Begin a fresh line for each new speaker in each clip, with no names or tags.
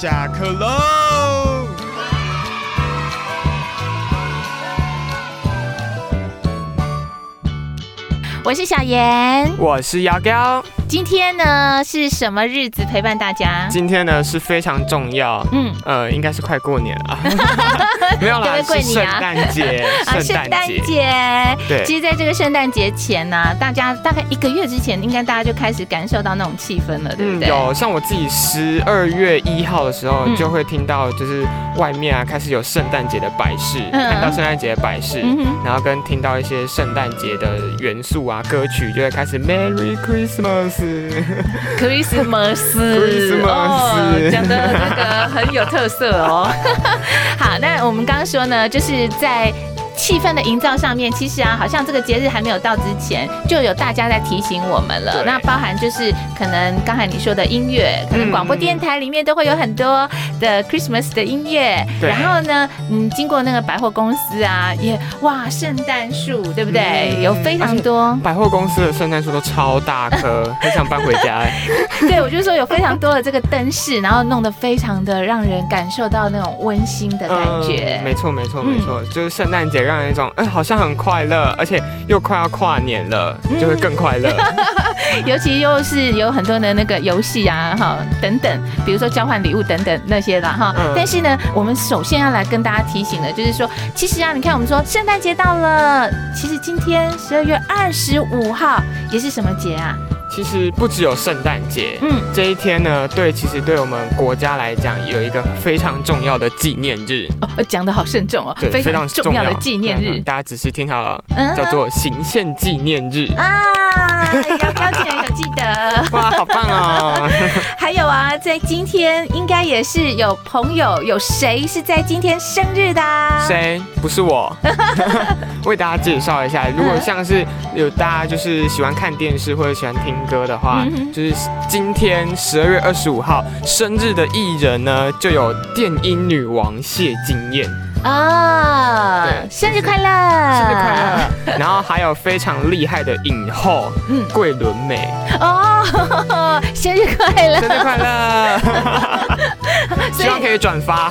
下课喽！
我是小妍，
我是牙膏。
今天呢是什么日子陪伴大家？
今天呢是非常重要，
嗯，
呃，应该是快过年 了，没有啦，
该不会
是
跪你
圣
啊
诞节，
圣
圣
诞
诞节，
节。
对
其实，在这个圣诞节前呢、大家大概一个月之前，应该大家就开始感受到那种气氛了，对不
嗯，
对？
有像我自己十二月一号的时候
嗯，
就会听到就是外面啊开始有圣诞节的摆饰，
嗯
看到圣诞节的摆饰，
嗯哼，
然后跟听到一些圣诞节的元素啊歌曲，就会开始 Merry Christmas。
Christmas，Christmas，
Christmas
哦讲的这个很有特色哦。 好，那我们刚刚说呢，就是在。气氛的营造上面，其实啊，好像这个节日还没有到之前，就有大家在提醒我们了。
对
那包含就是可能刚才你说的音乐，可能
嗯
广播电台里面都会有很多的 Christmas 的音乐。
对
然后呢，嗯，经过那个百货公司啊，也哇，圣诞树，对不对？
嗯
有非常
而且
多。
百货公司的圣诞树都超大棵，很想搬回家。
对，我就说有非常多的这个灯饰，然后弄得非常的让人感受到那种温馨的感觉
嗯。没错，没错，
嗯
没错，就是圣诞节让人一种，嗯、好像很快乐，而且又快要跨年了，
嗯
就会更快 乐。
尤其又是有很多的那个游戏啊，哈等等，比如说交换礼物等等那些啦哈。
嗯
但是呢，我们首先要来跟大家提醒的，就是说，其实啊，你看我们说圣诞节到了，其实今天十二月二十五号也是什么节啊？
其实不只有圣诞节。
嗯，
这一天呢，对，其实对我们国家来讲，有一个非常重要的纪念日，
哦，讲的好慎重哦，
对，
非常重要的纪念
非常重
日
要，嗯大家仔细听好了，
嗯
叫做行宪纪念日。
啊，有标签有记得。
哇，好棒哦！
还有啊，在今天应该也是有朋友有谁是在今天生日的、啊？？
谁不是我？ 为大家介绍一
嗯
下，如果像是有大家就是喜欢看电视或者喜欢听歌的话
嗯，哼
就是今天十二月二十五号生日的艺人呢，就有电音女王谢金燕，
啊、
对
生日快乐！
生日快 乐！然后还有非常厉害的影后
嗯
桂纶镁，
乐！哦，生日快乐！
生日快乐！
所 以
希望可以转 发。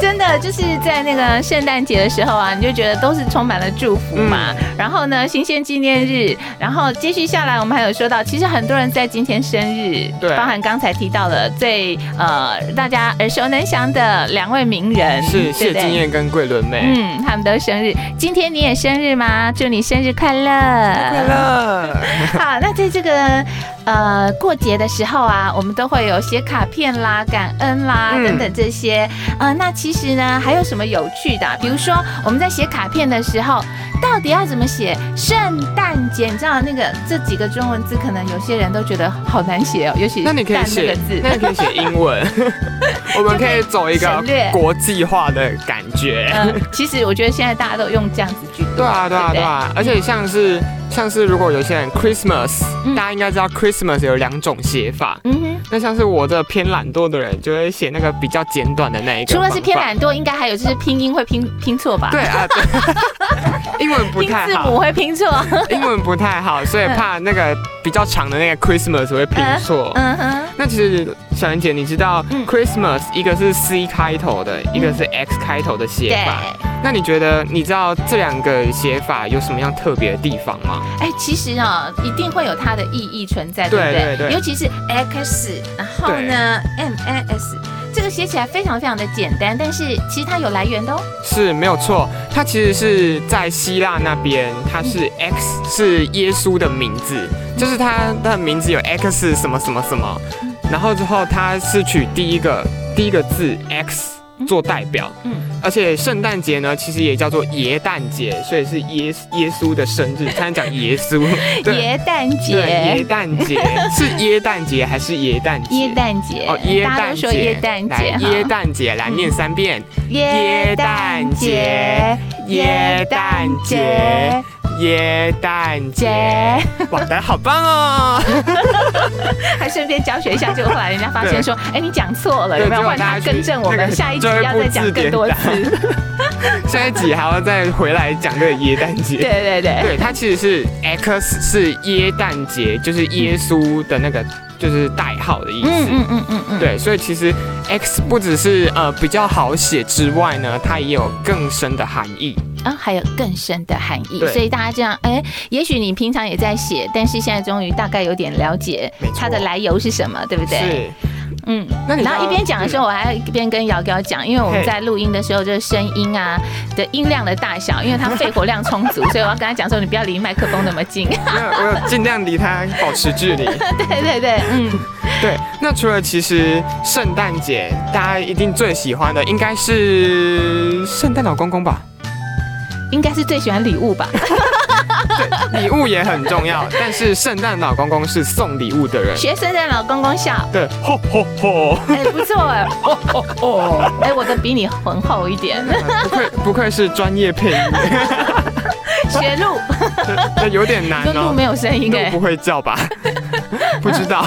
真的就是在那个圣诞节的时候啊，你就觉得都是充满了祝福嘛。
嗯
然后呢，新鲜纪念日，然后接续下来，我们还有说到，其实很多人在今天生日，
对
包含刚才提到了最呃大家耳熟能详的两位名人，
是
对
谢
不对
金燕跟桂纶镁，
嗯，他们都生日，今天你也生日吗？祝你生日快乐！
快乐。
嗯好，那在这个呃过节的时候啊，我们都会有写卡片啦、感恩啦、
嗯
等等这些。呃，那其实呢，还有什么有趣的啊、比如说我们在写卡片的时候，到底要怎么写？圣诞节，你知道那个这几个中文字，可能有些人都觉得好难写哦，尤其是
那你可以
“蛋”那个
写
字，
那你可以写英 文，我们可以走一
省
个
略
国际化的感觉。
嗯，其实我觉得现在大家都用这样子居多。
对啊，对
不
啊，对啊，而且像是像是如果有些人 Christmas，、
嗯
大家应该知道 Christmas 有两种写法。
嗯哼。
那像是我这偏懒惰的人，就会写那个比较简短的那一个。
除了是偏，懒惰，应该还有就是拼音会拼拼错吧？
对，啊，对， 英文不
拼
太
字母
好，
会拼错。
英文不太好，所以怕那个比较长的那个 Christmas 会拼错。
嗯哼，
那其实小妍姐，你知道
嗯
Christmas 一个是 C 开头的，一个是 X 开头的写
对。
法。那你觉得你知道这两个写法有什么样特别的地方吗？
哎，其实啊、一定会有它的意义存在，
对
不
对
对？
对
尤其是 X，然后呢 M N S，这个写起来非常非常的简单，但是其实它有来源的哦。
是没有错，它其实是在希腊那边，它是 X 是耶稣的名字，就是他的名字有 X 什么什么什么，然后之后它是取第一个第一个字 X 做代表。
嗯
嗯，而且圣诞节呢，其实也叫做耶诞节，所以是耶耶稣的生日，才能讲耶稣。 对
耶诞
对，耶
节，
诞节是耶诞节还是 耶诞节？
耶诞节，
哦，耶
大家
诞
都
节，
说耶诞节
来
哈，
耶诞节来
嗯
念三遍，
耶
耶
诞
诞
哦节
节，耶诞节，耶诞节，哇，大家好棒哦！
还顺便教学一下，结果后来人家发现说，哎，你讲错了，有没有
对
换他
结果大家去
更正我
那
们？
个
下一集
教育
要
部
再讲
字
更
典
多
打
次。
下一集还要再回来讲这个耶诞节。
对对对。
对，它其实是 X 是耶诞节，就是耶稣的那个就是代号的意思。
嗯嗯嗯嗯嗯，
对，所以其实 X 不只是呃比较好写之外呢，它也有更深的含义。
啊，还有更深的含义。
对
所以大家这样，哎，也许你平常也在写，但是现在终于大概有点了解
没错
它的来由是什么，对不对？
是，
嗯，
那你
然后一
刚刚
边讲的时候，我还要一边跟姚哥讲，因为我们
嘿
在录音的时候，就是声音啊的音量的大小，因为他肺活量充 足，所以我要跟他讲说，你不要离麦克风那么近。
因为我有尽量离它保持距离。
对对对，嗯，
对，那除了其实圣诞节，大家一定最喜欢的应该是圣诞老公公吧？
应该是最喜欢礼物吧？
礼物也很重要，但是圣诞老公公是送礼物的人。
学生的老公公 笑，
对，吼吼吼！
哎，不错哎，哦哦哦，哎，我的比你浑厚一点，
不愧不愧是专业配音，
学路
这有点难
跟路
哦。
没有声音
都
哎
不。会叫吧？ 不知 道。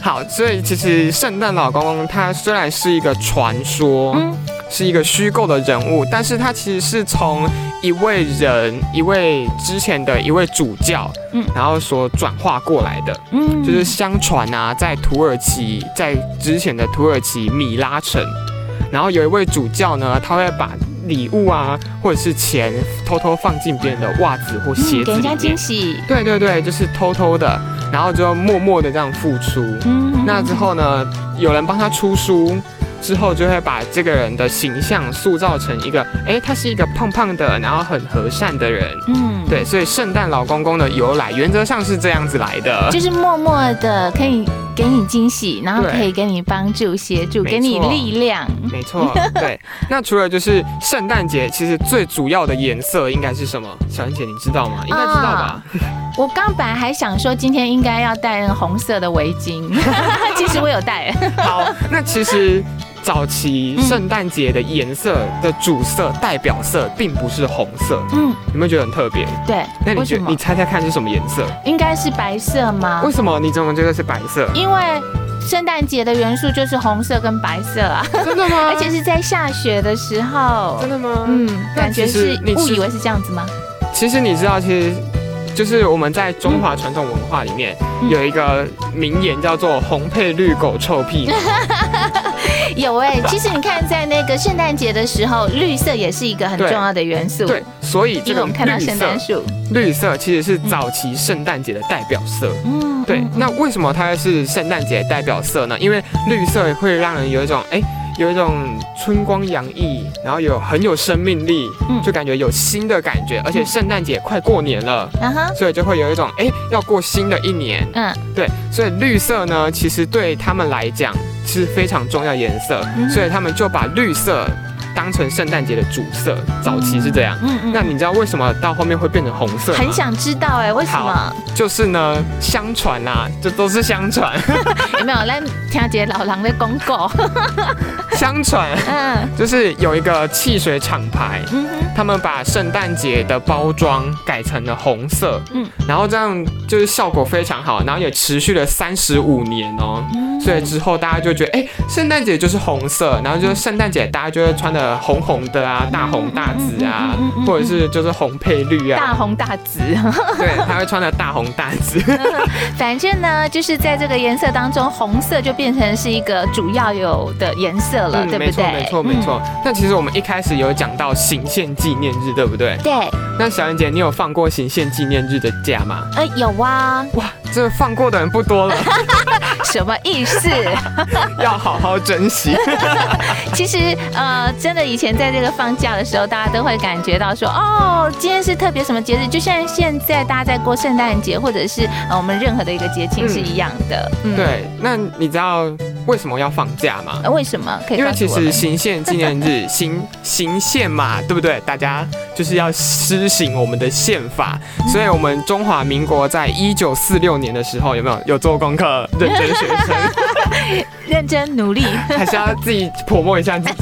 好，所以其实圣诞老公公他虽然是一个传说，
嗯
是一个虚构的人物，但是他其实是从一位人，一位之前的一位主教，
嗯
然后所转化过来的。
嗯
就是相传啊，在土耳其，在之前的土耳其米拉城，然后有一位主教呢，他会把礼物啊，或者是钱，偷偷放进别人的袜子或鞋子
嗯，给
里
人家
面。
惊喜。
对对对，就是偷偷的，然后就默默的这样付出。
嗯
那之后呢，有人帮他出书，之后就会把这个人的形象塑造成一个，诶，他是一个胖胖的，然后很和善的人。
嗯，
对，所以圣诞老公公的由来原则上是这样子来的
就。是默默的可以给你惊喜，然后
对
可以给你帮助、协助，
没错
给你力量。
没错，对。那除了就是圣诞节，其实最主要的颜色应该是什么？小燕姐，你知道吗？应该知道吧？
我刚本来还想说今天应该要戴那个红色的围 巾，其实我有戴。
好，那其实早期圣诞节的颜色的主色代表色并不是红色，
嗯，
有没有觉得很特别？
对。
那你
嗯为
觉
什
得
么啊
你？猜猜看是什么颜色？
应该是白色吗
为？什么你怎么觉得是白
？
色
因为圣诞节的元素就是红色跟白色啊，
真 的吗？
而且是在下雪的时候
真。的吗？
嗯，感觉
其实
是
你
误
是
以为是这样子吗？
其实你知道，其实就是我们在中华传统文化里面、
嗯
有一个名言叫做“红配绿，狗臭屁”。
有哎、其实你看，在那个圣诞节的时候，绿色也是一个很重
对
要的元素。
对，所以这
因为
个
我们看到
绿
圣
色
诞，树，
绿色其实是早期圣诞节的代表色。
嗯，
对，那为什么它会是圣诞节代表色呢？因为绿色会让人有一种哎、有一种春光洋溢，然后有很有生命力
嗯，
就感觉有新的感觉，而且圣诞节快过年了。
啊哈，
所以就会有一种哎、要过新的一年，
嗯，
对，所以绿色呢，其实对他们来讲是非常重要的颜色，
嗯
所以他们就把绿色当成圣诞节的主色，早期是这样。
嗯嗯
那你知道为什么到后面会变成红色吗？
很想知道哎、为什么
好？就是呢，相传啊，这都是相传，
有没有来听姐老狼的公 告？
相传
嗯
就是有一个汽水厂牌，
嗯哼，
他们把圣诞节的包装改成了红色，
嗯
嗯，然后这样就是效果非常好，然后也持续了三十五年哦。
嗯
所以之后大家就觉得，哎、圣诞节就是红色，然后就是圣诞节大家就会穿的红红的啊，大红大紫啊
嗯嗯嗯嗯嗯嗯，
或者是就是红配绿
大
啊，
红大紫。
对，他会穿的大红大紫。
反正呢，就是在这个颜色当中，红色就变成是一个主要有的颜色了，
嗯
对嗯
没
不
错
对？
没错没错。那其实我们一开始有讲到行宪纪念日，对不对
嗯。？对，
那小燕姐，你有放过行宪纪念日的假吗？
呃，有啊，
哇，这放过的人不多 了，
什么意思？
要好好珍惜。
其实，呃，真的以前在这个放假的时候，大家都会感觉到说，哦，今天是特别什么节日，就像现在大家在过圣诞节，或者是呃我们任何的一个节庆是一样的。嗯，
对，那你知道为什么要放假吗？
呃为什么？可以
因
告
为
诉
其
我
实
们？
行宪纪念 日，行行宪嘛，对不对？大家就是要施行我们的宪法，
嗯
所以我们中华民国在一九四六年的时候，有没有有做功课，认真学 生，
认真努力，
还是要自己泼墨一下自己。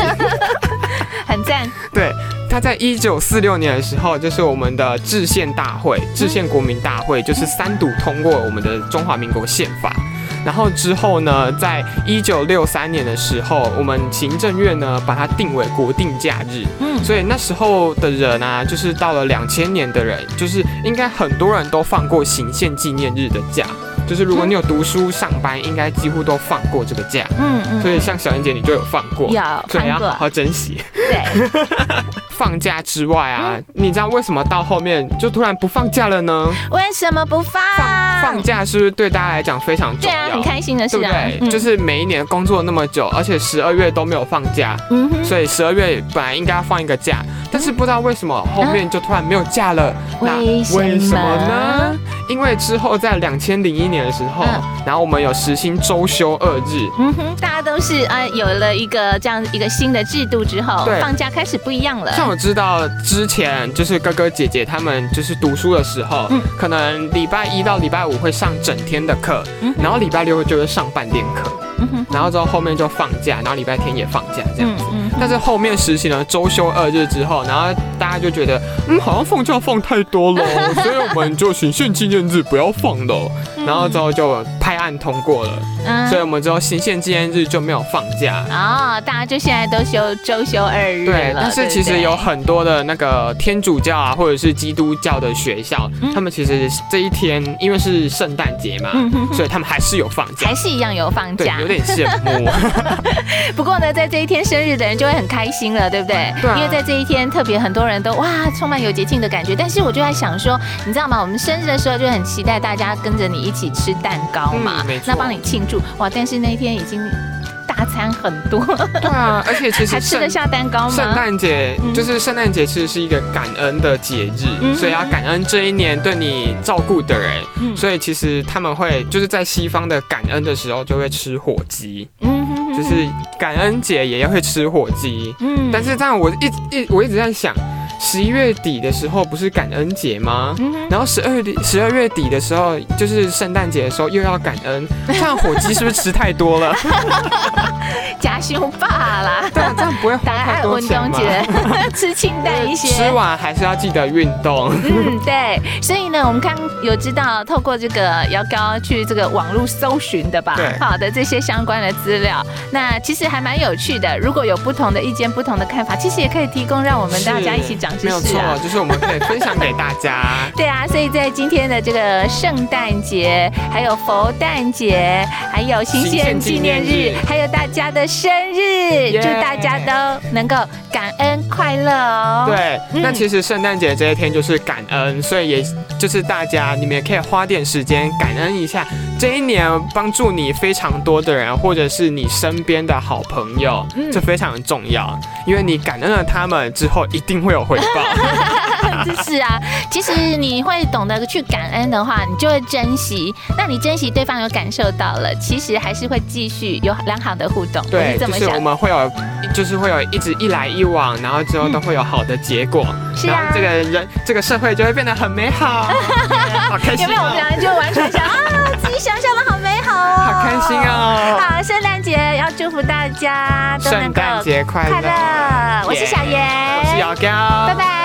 很赞。
对，他在一九四六年的时候，就是我们的制宪大会、制宪国民大会，就是三读通过我们的中华民国宪法。然后之后呢，在一九六三年的时候，我们行政院呢把它定为国定假日。
嗯
所以那时候的人啊，就是到了两千年的人，就是应该很多人都放过行宪纪念日的假，就是如果你有读书、上班，应该几乎都放过这个假。
嗯嗯，
所以像小燕姐，你就有放过，
有
所以要
看
啊好
过，
好珍惜。
对，
放假之外啊，你知道为什么到后面就突然不放假了呢？
为什么不放？
放假是不是对大家来讲非常
对
重
啊，
要？
很开心的
对
事
不
啊
对？，就是每一年工作那么久，而且十二月都没有放假，
嗯哼，
所以十二月本来应该要放一个假，但是不知道为什么后面就突然没有假了。那
为什么
为什么呢？因为之后在两千零一年的时候
嗯，
然后我们有实行周休二日，
嗯哼，大家都是啊、呃有了一个这样一个新的制度之后
对，
放假开始不一样了。
像我知道之前就是哥哥姐姐他们就是读书的时候，
嗯
可能礼拜一到礼拜五会上整天的课，
嗯
然后礼拜六就会上半天课，
嗯哼，
然后之后后面就放假，然后礼拜天也放假这样。
嗯
但是后面实行了周休二日之后，然后大家就觉得，嗯，好像放假放太多 了，所以我们就循限纪念日不要放了。
嗯
然后之后就拍案通过了，所以我们之后行宪纪念日就没有放假。
哦，大家就现在都休周休二日了。
对，但是其
对
实
不对
有很多的那个天主教啊，或者是基督教的学校，
嗯
他们其实这一天因为是圣诞节嘛，
嗯哼哼
所以他们还是有放假
还。是一样有放
对
假，，
有点羡 慕。
不过呢，在这一天生日的人就会很开心了，对不对？
对啊
因为在这一天，特别很多人都哇，充满有节庆的感觉。但是我就在想说，你知道吗？我们生日的时候就很期待大家跟着你一起吃蛋糕嘛，
嗯没错
那帮你庆祝哇。但是那一天已经大餐很多，
对啊，而且其实
还 吃得
圣
下蛋糕
圣
吗？
诞节
嗯
就是圣诞节，其实是一个感恩的节日，
嗯
所以要感恩这一年对你照顾的人。
嗯
所以其实他们会就是在西方的感恩的时候就会吃火鸡，
嗯哼哼
就是感恩节也会吃火鸡。
嗯
但是这样我一直一我一直在想，十一月底的时候不是感恩节吗？
嗯哼
然后十二十二月底的时候，就是圣诞节的时候又要感恩，这样火鸡是不是吃太多 了？
嗯假胸霸啦，
对啊，这样不会
大
花
家
太
爱
多
文
钱
东
吗？
姐 吃清淡一些，
吃完还是要记得运动。
嗯，对，所以呢，我们刚有知道，透过这个要高去这个网络搜寻的吧
对，
好的这些相关的资料，那其实还蛮有趣的。如果有不同的意见、不同的看法，其实也可以提供让我们大家一起长知
没有
识
错
啊。，
就是我们可以分享给大家。
对啊，所以在今天的这个圣诞节，还有佛诞节，还有新
新
鲜
鲜纪
纪念
念
日
日，
还有大家的生日，
耶
祝大家都能够感恩快乐哦。
对，
嗯
那其实圣诞节这一天就是感恩，所以也就是大家你们也可以花点时间感恩一下这一年帮助你非常多的人，或者是你身边的好朋友，
嗯
这非常重要，因为你感恩了他们之后，一定会有回
嗯
报。
是啊，其实你会懂得去感恩的话，你就会珍惜。那你珍惜对方有感受到了，其实还是会继续有良好的互动。我
对，
是这
就
么
是我
想。
们会有，就是会有一直一来一往，然后之后都会有好的结果，
是
然
啊
后这个人这个社会就会变得很美 好，好开心、
有
哦，
没有我们两个就完全想啊，自己想象的好美好哦，
好开心！哦！
好，啊圣诞节要祝福大家都能
圣
够
诞节快
快
乐！
乐。我是小
耶
妍，
我是姚哥，拜
拜拜。